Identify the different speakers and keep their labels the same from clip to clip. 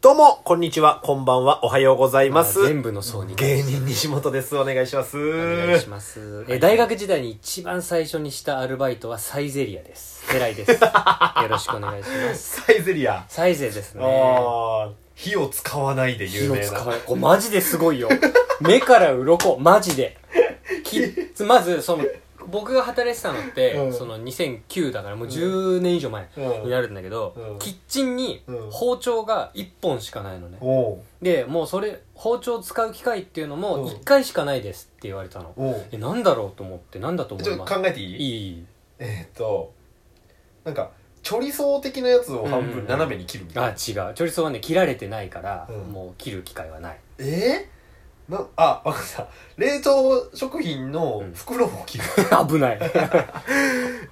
Speaker 1: どうも、こんにちは、こんばんは、おはようございます。
Speaker 2: あ全部の層に
Speaker 1: 芸人西本です。お願いします。
Speaker 2: お願いします、え大学時代に一番最初にしたアルバイトはサイゼリア です寺井ですよろしくお願いします
Speaker 1: サイゼリア。
Speaker 2: サイゼですね
Speaker 1: あー火を使わないで
Speaker 2: 火
Speaker 1: 有
Speaker 2: を
Speaker 1: 名
Speaker 2: 使わ
Speaker 1: な。
Speaker 2: ないこれマジです ごいよ目から鱗マジでき まずその僕が働いてたのって、
Speaker 1: うん
Speaker 2: その2009だからもう10年以上前
Speaker 1: うん
Speaker 2: になるんだけど、
Speaker 1: うん
Speaker 2: キッチンに
Speaker 1: うん
Speaker 2: 包丁が1本しかないのね、
Speaker 1: おう
Speaker 2: でもうそれ包丁使う機会っていうの
Speaker 1: うん
Speaker 2: も1回しかないですって言われたの、
Speaker 1: おう
Speaker 2: えなんだろうと思ってなんだと思
Speaker 1: ち
Speaker 2: い
Speaker 1: ょっと
Speaker 2: ます
Speaker 1: 考えていい
Speaker 2: いい
Speaker 1: えーっと、なんか、チョリソー的なやつを半分斜めに切るみたい
Speaker 2: あ違
Speaker 1: な
Speaker 2: う。チョリソーはね切られてないから、
Speaker 1: うん
Speaker 2: もう切る機会はない
Speaker 1: えーな、あ、わかった。冷凍食品の袋を切る。
Speaker 2: 危な い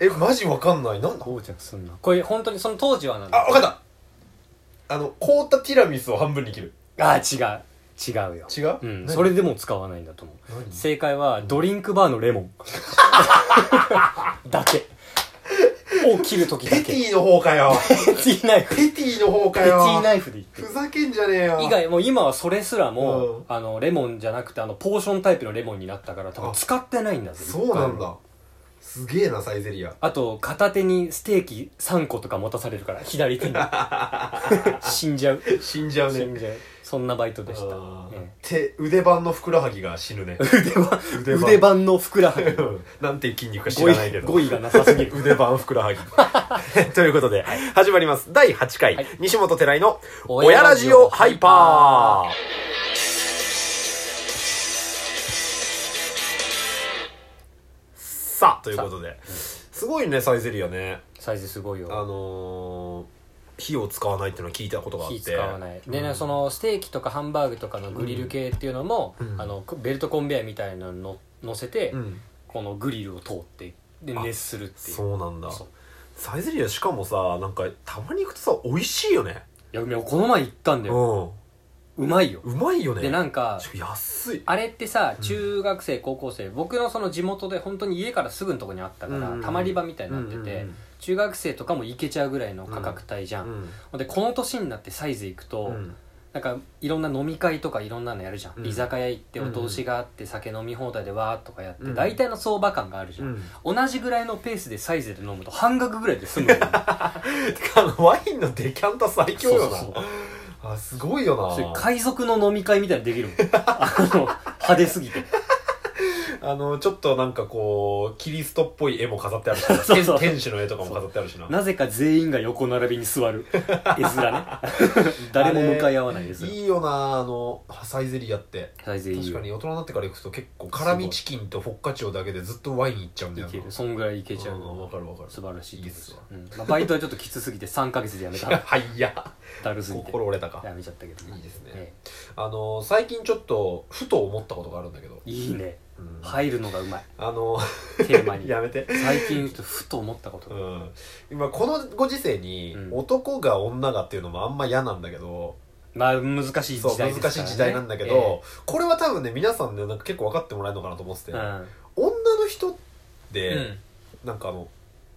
Speaker 1: え、マジわかんない。なんだ
Speaker 2: こうちゃんすんなこれ本当にその当時はなん
Speaker 1: あ、
Speaker 2: だ
Speaker 1: わかったあの、凍ったティラミスを半分に切る。
Speaker 2: あ違う違うよ
Speaker 1: 違う
Speaker 2: うん、
Speaker 1: 何
Speaker 2: それでも使わないんだと思う
Speaker 1: 何
Speaker 2: 正解はドリンクバーのレモ ンだけを切るときだ
Speaker 1: ペ
Speaker 2: け
Speaker 1: ティの方かよ。
Speaker 2: ペティナイフ
Speaker 1: ペティの方
Speaker 2: ペ
Speaker 1: か
Speaker 2: テ
Speaker 1: よ。
Speaker 2: ィナイフでいって
Speaker 1: ふざけんじゃねえよ。
Speaker 2: 以外もう今はそれすらも、
Speaker 1: うん
Speaker 2: あのレモンじゃなくてあのポーションタイプのレモンになったから多
Speaker 1: あ
Speaker 2: 分使ってないんだぜ
Speaker 1: そうなん
Speaker 2: 一回も
Speaker 1: だ。すげえな、サイゼリア。
Speaker 2: あと片手にステーキ3個とか持たされるから 左手に死んじゃう
Speaker 1: 死んじゃう
Speaker 2: 死ん
Speaker 1: ね。
Speaker 2: じゃうそんなバイトでした、
Speaker 1: あー
Speaker 2: え
Speaker 1: 手、腕盤のふくらはぎが死ぬね。
Speaker 2: え腕は
Speaker 1: 腕
Speaker 2: 腕
Speaker 1: 盤
Speaker 2: 盤のふくらは ぎ
Speaker 1: うんなんていう筋肉か知
Speaker 2: 語
Speaker 1: らないけ
Speaker 2: 彙
Speaker 1: ど。
Speaker 2: 語彙がなさすぎる
Speaker 1: 腕盤ふくらはぎ。 ということで、始まります。第8回、
Speaker 2: はい
Speaker 1: 西本寺井の、親
Speaker 2: 親
Speaker 1: ラ
Speaker 2: ラ
Speaker 1: ジ
Speaker 2: ジ
Speaker 1: オ
Speaker 2: オ
Speaker 1: ハ
Speaker 2: ハ
Speaker 1: イ
Speaker 2: イ
Speaker 1: パ
Speaker 2: パ
Speaker 1: ー。さあ、ということで、すごいね、サイゼリアね。
Speaker 2: サイズすごい
Speaker 1: あ
Speaker 2: よ
Speaker 1: のー、火を使わないっていうのは聞いたことがあって。
Speaker 2: 火使わないでね、
Speaker 1: うん
Speaker 2: そのステーキとかハンバーグとかのグリル系っていうのも、
Speaker 1: うん
Speaker 2: あのベルトコンベヤーみたいなの乗せて、
Speaker 1: うん。
Speaker 2: このグリルを通ってで
Speaker 1: あ
Speaker 2: 熱するっていう
Speaker 1: そうなんだ
Speaker 2: そう。
Speaker 1: サイゼリアしかもさ、なんか、たまに行くとさ、美味しいよね。
Speaker 2: いやでもこの前行ったんだ
Speaker 1: う
Speaker 2: よ、
Speaker 1: ん。
Speaker 2: うまいよ、
Speaker 1: うまいよね。
Speaker 2: でなんか
Speaker 1: しかも安い。
Speaker 2: あれってさ中学生高校生僕のその地元で本当に家からすぐのとこにあったから、
Speaker 1: うん
Speaker 2: たまり場みたいになってて、
Speaker 1: うん
Speaker 2: 中学生とかも行けちゃうぐらいの価格帯じゃん、
Speaker 1: うん
Speaker 2: ほんでこの年になってサイズ行くと、
Speaker 1: うんうん
Speaker 2: なんかいろんな飲み会とかいろんなのやるじゃん、
Speaker 1: うん
Speaker 2: 居酒屋行って
Speaker 1: う
Speaker 2: お
Speaker 1: ん
Speaker 2: 通しがあって酒飲み放題でわーっとかやって、
Speaker 1: うん
Speaker 2: 大体の相場感があるじゃん、
Speaker 1: うん
Speaker 2: 同じぐらいのペースでサイズで飲むと半額ぐらいで済む よ
Speaker 1: て
Speaker 2: ね
Speaker 1: かあのワインのデキャンタ最強よな
Speaker 2: そうそう
Speaker 1: あすごいよ
Speaker 2: そうそれ
Speaker 1: な
Speaker 2: 海賊の飲み会みたいにできるもんあの派手すぎて
Speaker 1: あのちょっとなんかこうキリストっぽい絵も飾ってあるし
Speaker 2: そうそう
Speaker 1: 天天使の絵とかも飾ってあるしな
Speaker 2: なぜか全員が横並びに座 る絵面ね誰も向かい合わないですよ
Speaker 1: いいよなあのサイゼリアって
Speaker 2: サイズいい
Speaker 1: 確
Speaker 2: よ
Speaker 1: かに大人になってから行くと結構辛味チキンとフォッカチオだけでずっとワインいっちゃうんだ
Speaker 2: い
Speaker 1: よな
Speaker 2: けるそんぐらいいけちゃう
Speaker 1: うんわかるわかる
Speaker 2: 素晴らしいです
Speaker 1: いいっ
Speaker 2: うんまあ、バイトはちょっときつすぎて3ヶ月で辞めた
Speaker 1: はいいや
Speaker 2: だるすぎて
Speaker 1: 心折れたか
Speaker 2: 辞めちゃったけど
Speaker 1: いいですね
Speaker 2: え
Speaker 1: あの最近ちょっとふと思ったことがあるんだけど
Speaker 2: えいいね
Speaker 1: うん
Speaker 2: 入るのがうまい
Speaker 1: あの
Speaker 2: テー マに
Speaker 1: やめて
Speaker 2: 最近ちょっとふと思ったこ
Speaker 1: う
Speaker 2: とが、
Speaker 1: ん、今このご時世に
Speaker 2: うん
Speaker 1: 男が女がっていうのもあんま嫌なんだけど、
Speaker 2: まあ難しい時
Speaker 1: そう
Speaker 2: 代
Speaker 1: 難
Speaker 2: ですから、ね、
Speaker 1: しい時代なんだけど、これは多分ね皆さんねなんか結構分かってもらえるのかなと思ってて、
Speaker 2: ええ、
Speaker 1: 女の人って、
Speaker 2: うん、うん、
Speaker 1: なんかあの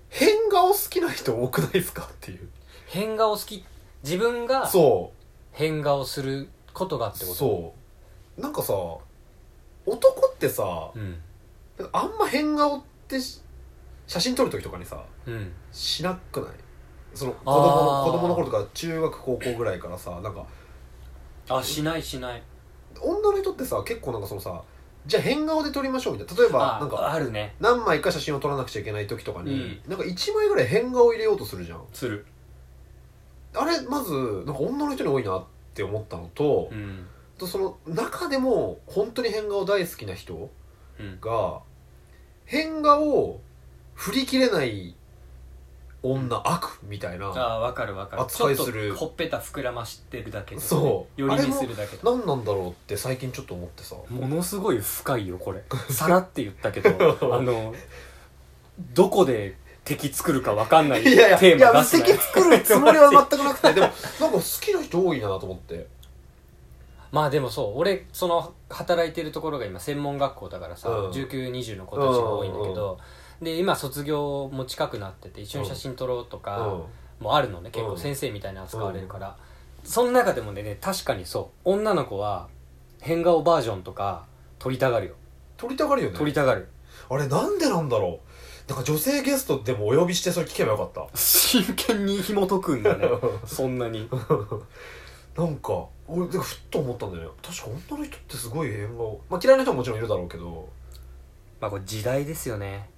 Speaker 1: 変顔好きな人多くないですかっていう
Speaker 2: 変顔好き自分が
Speaker 1: そ
Speaker 2: 変顔することがっ
Speaker 1: う
Speaker 2: てこと
Speaker 1: そうなんかさ男ってさ、
Speaker 2: うん
Speaker 1: あんま変顔ってし写真撮る時とかにさ
Speaker 2: うん
Speaker 1: しなくないその子供
Speaker 2: あ
Speaker 1: の
Speaker 2: ー
Speaker 1: 子供の頃とか中学高校ぐらいからさなんか
Speaker 2: あしないしない
Speaker 1: 女の人ってさ結構なんかそのさじゃあ変顔で撮りましょうみたいな例えば
Speaker 2: あ
Speaker 1: なんか
Speaker 2: あるね
Speaker 1: 何枚か写真を撮らなくちゃいけない時とかに、なんか1枚ぐらい変顔入れようとするじゃん
Speaker 2: する
Speaker 1: あれまずなんか女の人に多いなって思ったのと,、
Speaker 2: うん
Speaker 1: とその中でも本当に変顔大好きな人
Speaker 2: うん
Speaker 1: が変顔を振り切れない女、悪みたい
Speaker 2: あ
Speaker 1: な
Speaker 2: あ分かる分かる
Speaker 1: 扱いする
Speaker 2: ちょっとほっぺた膨らましてるだけとかね
Speaker 1: そう
Speaker 2: 寄
Speaker 1: あ
Speaker 2: り
Speaker 1: れ
Speaker 2: に
Speaker 1: も
Speaker 2: するだけとか
Speaker 1: 何なんだろうって最近ちょっと思ってさ
Speaker 2: ものすごい深いよ これさらって言ったけどあのどこで敵作るか分かんない
Speaker 1: いやいや、
Speaker 2: テ
Speaker 1: い
Speaker 2: ーマ
Speaker 1: や、
Speaker 2: 出すね
Speaker 1: 席作るつもりは全くなくて、 でも、なんか好きな人多いなと思って。
Speaker 2: まあでもそう俺その働いてるところが今専門学校だからさ、
Speaker 1: うん
Speaker 2: 1920の子たちが多いんだけど、で今卒業も近くなってて一緒に写真撮ろうと
Speaker 1: う
Speaker 2: か
Speaker 1: ん。
Speaker 2: もあるのね、結
Speaker 1: う
Speaker 2: 構
Speaker 1: ん
Speaker 2: 先生みたいに扱われるから、その中でもね確かにそう女の子は変顔バージョンとか撮りたがるよ
Speaker 1: 撮りたがるよね
Speaker 2: 撮りたがる
Speaker 1: あれなんでなんだろうなんか女性ゲストでもお呼びしてそれ聞けばよかった
Speaker 2: 真剣に紐解くんだねそんなに
Speaker 1: なんか俺でふっと思ったんだよね確か女の人ってすごい変顔、まあ、嫌いな人ももちろんいるだろうけど
Speaker 2: まあこれ時代ですよね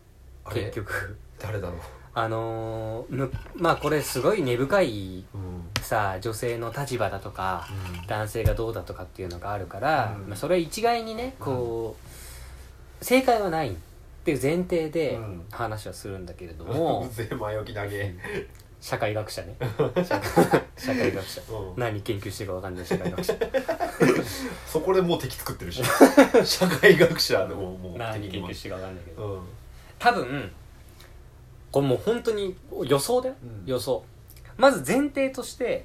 Speaker 1: あれ
Speaker 2: 結局
Speaker 1: 誰だろう、
Speaker 2: あのー、むまあこれすごい根深い
Speaker 1: うん
Speaker 2: さ女性の立場だとか男性がどうだとかっていうのがあるから、
Speaker 1: うん
Speaker 2: まあ、それは一概にねこう、正解はないっていう前提で
Speaker 1: うん
Speaker 2: 話はするんだけれど も、
Speaker 1: もうぜえ前置き投 げ
Speaker 2: 社会学者ね社社会学者
Speaker 1: うん
Speaker 2: 何研究してるか分かんない社会学者
Speaker 1: そこでもう敵作 ってるし社会学者でももう
Speaker 2: 何
Speaker 1: 敵
Speaker 2: 研
Speaker 1: に回
Speaker 2: 究
Speaker 1: し
Speaker 2: してるか分かんないけど
Speaker 1: うん
Speaker 2: 多分これもう本当に予想だよ、
Speaker 1: うん
Speaker 2: 予想まず前提として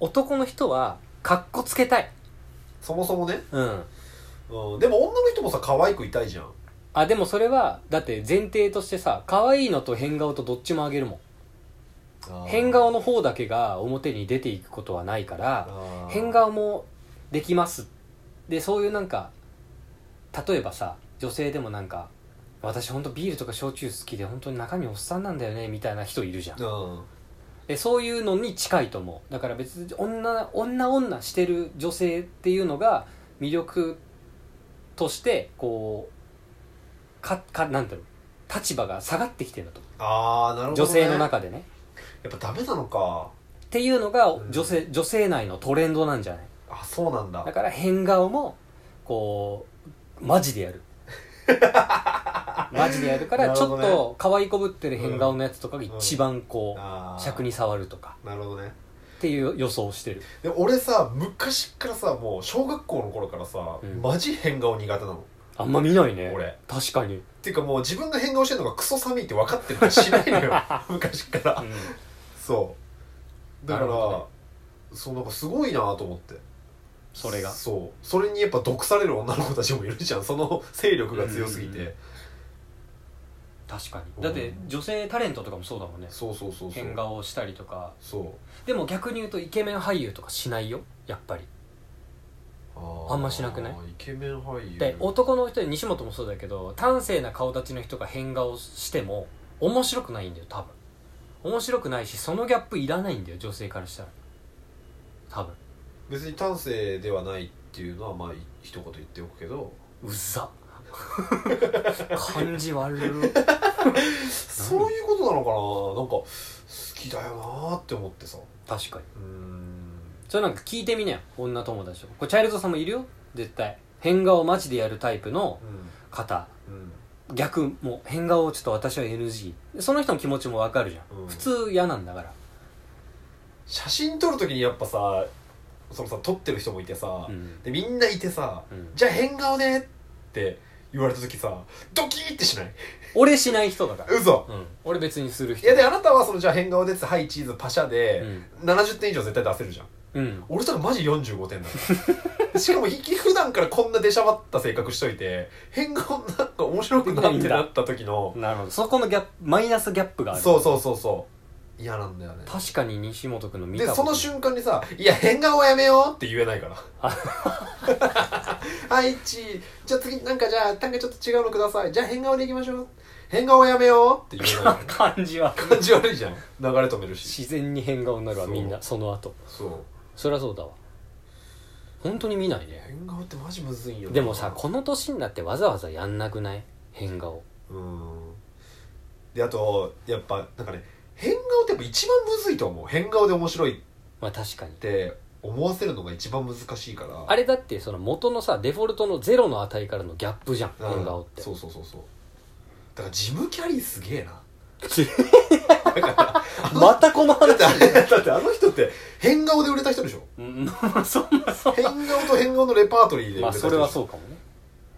Speaker 2: 男の人はかっこつけたい
Speaker 1: そもそもね、
Speaker 2: うん
Speaker 1: うん、でも女の人もさ可愛くいたいじゃん
Speaker 2: あでもそれはだって前提としてさ可愛いのと変顔とどっちもあげるもん変顔の方だけが表に出ていくことはないから
Speaker 1: あー
Speaker 2: 変顔もできますでそういうなんか例えばさ女性でもなんか私ほんとビールとか焼酎好きで本当に中身おっさんなんだよねみたいな人いるじゃん
Speaker 1: うん
Speaker 2: でそういうのに近いと思うだから別に女女女してる女性っていうのが魅力としてこうかかなんていうの立場が下がってきてると思
Speaker 1: ああなる
Speaker 2: う、
Speaker 1: ほど、ね、
Speaker 2: 女性の中でね
Speaker 1: やっぱダメなのか
Speaker 2: っていうのが
Speaker 1: うん
Speaker 2: 女性,、女性内のトレンドなんじゃない
Speaker 1: あそうなんだ
Speaker 2: だから変顔もこうマジで やるマジでやるから
Speaker 1: なる
Speaker 2: ち
Speaker 1: ほど
Speaker 2: ょっ
Speaker 1: ね
Speaker 2: と可愛いこぶってる変顔のやつとかが一番こ
Speaker 1: あ
Speaker 2: う
Speaker 1: ー
Speaker 2: 尺に触るとか
Speaker 1: なるほどね
Speaker 2: っていう予想をしてる
Speaker 1: で俺さ昔からさもう小学校の頃からさ、
Speaker 2: うん
Speaker 1: マジ変顔苦手なの
Speaker 2: あんま見ないね
Speaker 1: 俺
Speaker 2: 確かに、
Speaker 1: っていうかもう自分が変顔してるのがクソ寒いって分かってるからしない のよ昔からそうだから、
Speaker 2: なるほどね
Speaker 1: そうなんかすごいなと思って
Speaker 2: それが
Speaker 1: そうそれにやっぱ毒される女の子たちもいるじゃんその勢力が強すぎて、
Speaker 2: うん確か
Speaker 1: う
Speaker 2: に
Speaker 1: ん
Speaker 2: だって女性タレントとかもそうだもんね
Speaker 1: そうそうそうそう
Speaker 2: 変顔をしたりとか
Speaker 1: そう
Speaker 2: でも逆に言うとイケメン俳優とかしないよやっぱり
Speaker 1: あー
Speaker 2: あんましなくない
Speaker 1: イケメン俳優
Speaker 2: で男の人で西本もそうだけど端正な顔立ちの人が変顔しても面白くないんだよ多分面白くないしそのギャップいらないんだよ女性からしたら多分
Speaker 1: 別に端正ではないっていうのはまあい一言言っておくけど
Speaker 2: う ざ感じ悪い
Speaker 1: そういうことなのかななんか好きだよなーって思ってさ
Speaker 2: 確かに
Speaker 1: うーん
Speaker 2: それなんか聞いてみなよ女友達とこれチャイルドさんもいるよ絶対変顔マジでやるタイプの
Speaker 1: う
Speaker 2: 方
Speaker 1: んうん
Speaker 2: 逆もう変顔をちょっと私は NG その人の気持ちもわかるじゃん、
Speaker 1: うん
Speaker 2: 普通嫌なんだから
Speaker 1: 写真撮るときにやっぱさそのさ撮ってる人もいてさ、
Speaker 2: うん
Speaker 1: でみんないてさ、
Speaker 2: うん
Speaker 1: じゃあ変顔ねって言われたときさドキーってしない
Speaker 2: 俺しない人だから、
Speaker 1: 嘘
Speaker 2: うん、俺別にする
Speaker 1: い
Speaker 2: 人
Speaker 1: やであなたはそのじゃあ変顔でってはいチーズパシャで、70点以上絶対出せるじゃん
Speaker 2: うん、うん、
Speaker 1: 俺とかマジ45点だよしかもひ普段からこんな出しゃばった性格しといて変顔なんか面白くなってなった時の
Speaker 2: なるほどそこのギャップマイナスギャップがある
Speaker 1: そうそうそうそう嫌なんだよね
Speaker 2: 確かに西本君の見
Speaker 1: で
Speaker 2: たこと
Speaker 1: その瞬間にさ「いや変顔はやめよう」って言えないから 「はいチーじゃあ次なんかじゃあなんかちょっと違うのくださいじゃあ変顔でいきましょう変顔はやめよう」って言えない
Speaker 2: 感じは
Speaker 1: 感じ悪いじ ゃん流れ止めるし
Speaker 2: 自然に変顔になるわ
Speaker 1: そう
Speaker 2: みんなその後
Speaker 1: そう
Speaker 2: そりゃそうだわ本当に見ないね
Speaker 1: 変顔ってマジむずいよな
Speaker 2: でもさこの年になってわざわざやんなくない変顔
Speaker 1: うんであとやっぱなんかね変顔ってやっぱ一番むずいと思う変顔で面白いっ
Speaker 2: まあ確かに
Speaker 1: て思わせるのが一番難しいから
Speaker 2: あれだってその元のさデフォルトのゼロの値からのギャップじゃん
Speaker 1: うん
Speaker 2: 変顔 って
Speaker 1: そうそうそうそうだからジム・キャリーすげえな
Speaker 2: またこの
Speaker 1: だっ
Speaker 2: 話
Speaker 1: てあれだってあの 人って変顔で売れた人でしょ
Speaker 2: うん まあそんなそん
Speaker 1: 変顔と変顔のレパートリーで売れ
Speaker 2: ま
Speaker 1: た人で
Speaker 2: あ
Speaker 1: し
Speaker 2: そ
Speaker 1: ょ
Speaker 2: れはそうかもね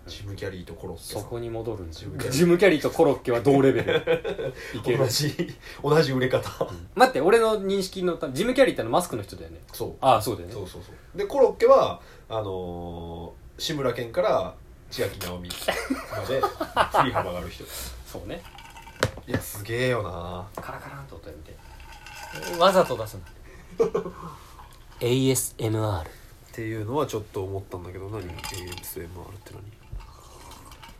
Speaker 1: ジム・キャリーとコロッケさ
Speaker 2: そ
Speaker 1: ん
Speaker 2: こに戻るんだ
Speaker 1: ジムキャリー
Speaker 2: ジムキャリーとコロッケは同レベ ルいける
Speaker 1: 同じ同じ売れ方、
Speaker 2: 待って俺の認識のたジムキャリーってあのマスクの人だよね
Speaker 1: そう
Speaker 2: ああそうだよね
Speaker 1: そうそうそうでコロッケはあのー、志村けんから千秋直美まで振り幅があ る人い
Speaker 2: そうね
Speaker 1: やすげえよな
Speaker 2: カラカランと音やめてわざと出すの ASMR
Speaker 1: っていうのはちょっと思ったんだけど何 ASMR って何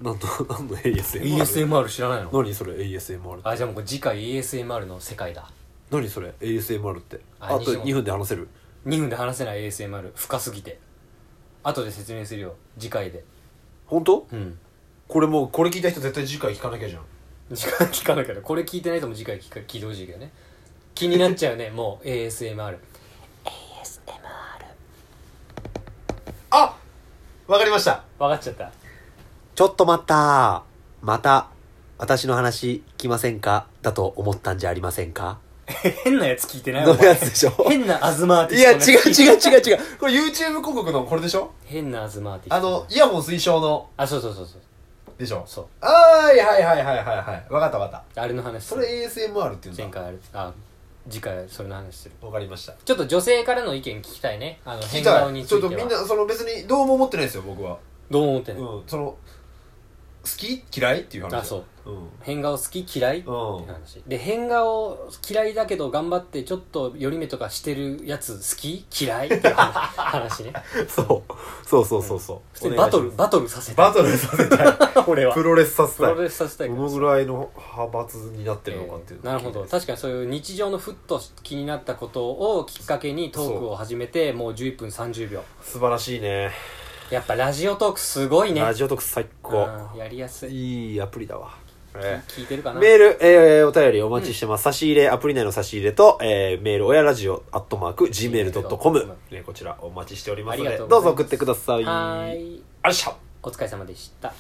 Speaker 1: なんと何の ASMR?
Speaker 2: ASMR 知らないの
Speaker 1: 何それ ASMR って
Speaker 2: あじゃあもうこれ次回 ASMR の世界だ
Speaker 1: 何それ ASMR って
Speaker 2: あ
Speaker 1: あと2
Speaker 2: 西本
Speaker 1: 分で話せる
Speaker 2: 2分で話せない ASMR 深すぎて後で説明するよ次回で
Speaker 1: 本当
Speaker 2: うん
Speaker 1: これもうこれ聞いた人絶対次回聞かなきゃじゃん
Speaker 2: 時間聞かなきゃねこれ聞いてないとも次回聞か聞いてほしいけどね気になっちゃうねもう ASMR
Speaker 1: あわかりました
Speaker 2: 分かっちゃった
Speaker 3: ちょっと待ったまた、私の話来ませんかだと思ったんじゃありませんか
Speaker 2: 変なやつ聞いてない
Speaker 3: の
Speaker 2: お前
Speaker 3: やつでしょ
Speaker 2: 変なアズマーテ
Speaker 3: い
Speaker 2: ィス
Speaker 3: や、
Speaker 2: ト
Speaker 3: 違
Speaker 2: の
Speaker 3: う
Speaker 2: つ
Speaker 3: 違う違う違う。
Speaker 1: これ YouTube 広告のこれでしょ
Speaker 2: 変なアズマーティスト
Speaker 1: あのイヤホン推奨の
Speaker 2: あそうそうそうそう
Speaker 1: でしょ
Speaker 2: そう
Speaker 1: あーいはいはいはいはいはいわかったわかった
Speaker 2: あれの話す
Speaker 1: そ
Speaker 2: る
Speaker 1: れ ASMR っていうん
Speaker 2: 前
Speaker 1: だ
Speaker 2: 回あれあ次回それの話する
Speaker 1: わかりました
Speaker 2: ちょっと女性からの意見聞きたいねあの
Speaker 1: 聞
Speaker 2: 変
Speaker 1: きた
Speaker 2: 顔に
Speaker 1: い
Speaker 2: つ
Speaker 1: ちょっ
Speaker 2: い
Speaker 1: と
Speaker 2: て
Speaker 1: み
Speaker 2: は
Speaker 1: んなその別にどうも思ってないですよ僕は
Speaker 2: どう思ってんの、
Speaker 1: うんその好き嫌いっていう話
Speaker 2: あそう
Speaker 1: うん
Speaker 2: 変顔好き嫌いって
Speaker 1: うん
Speaker 2: 話で変顔嫌いだけど頑張ってちょっと寄り目とかしてるやつ好き嫌いっていう話 話ね
Speaker 3: そう。そうそうそうそう。
Speaker 2: 普通にバトル
Speaker 3: お願いし
Speaker 2: バトルさせた
Speaker 1: バ
Speaker 2: い
Speaker 1: トルさせたい
Speaker 2: 俺 は
Speaker 1: プロレスさせ
Speaker 2: プ
Speaker 1: たい
Speaker 2: ロレスさせたい
Speaker 1: ど
Speaker 2: から
Speaker 1: のぐらいの派閥になってるのかっていう
Speaker 2: えー
Speaker 1: の
Speaker 2: な
Speaker 1: を
Speaker 2: る
Speaker 1: 聞いて
Speaker 2: ほど確かにそういう日常のふっと気になったことをきっかけにトークを始めてもう11分30秒
Speaker 1: 素晴らしいね
Speaker 2: やっぱラジオトークすごいね
Speaker 3: ラジオ特最高。
Speaker 2: うんやりやすい
Speaker 3: いいアプリだわ。え
Speaker 2: 聞いてるか
Speaker 3: ー
Speaker 2: な
Speaker 3: メール、えー、お便りお待ちしてます。差し入れ、アプリ内の差し入れと、えー、メール、親ラジオ、アットマーク、gmail.com。ね、こちらお待ちしておりますの
Speaker 2: あ
Speaker 3: で、
Speaker 2: りがとうご
Speaker 3: どう
Speaker 2: ざいます
Speaker 3: ぞ送ってください。
Speaker 2: はーい
Speaker 3: あっしゃ
Speaker 2: お疲れ様でした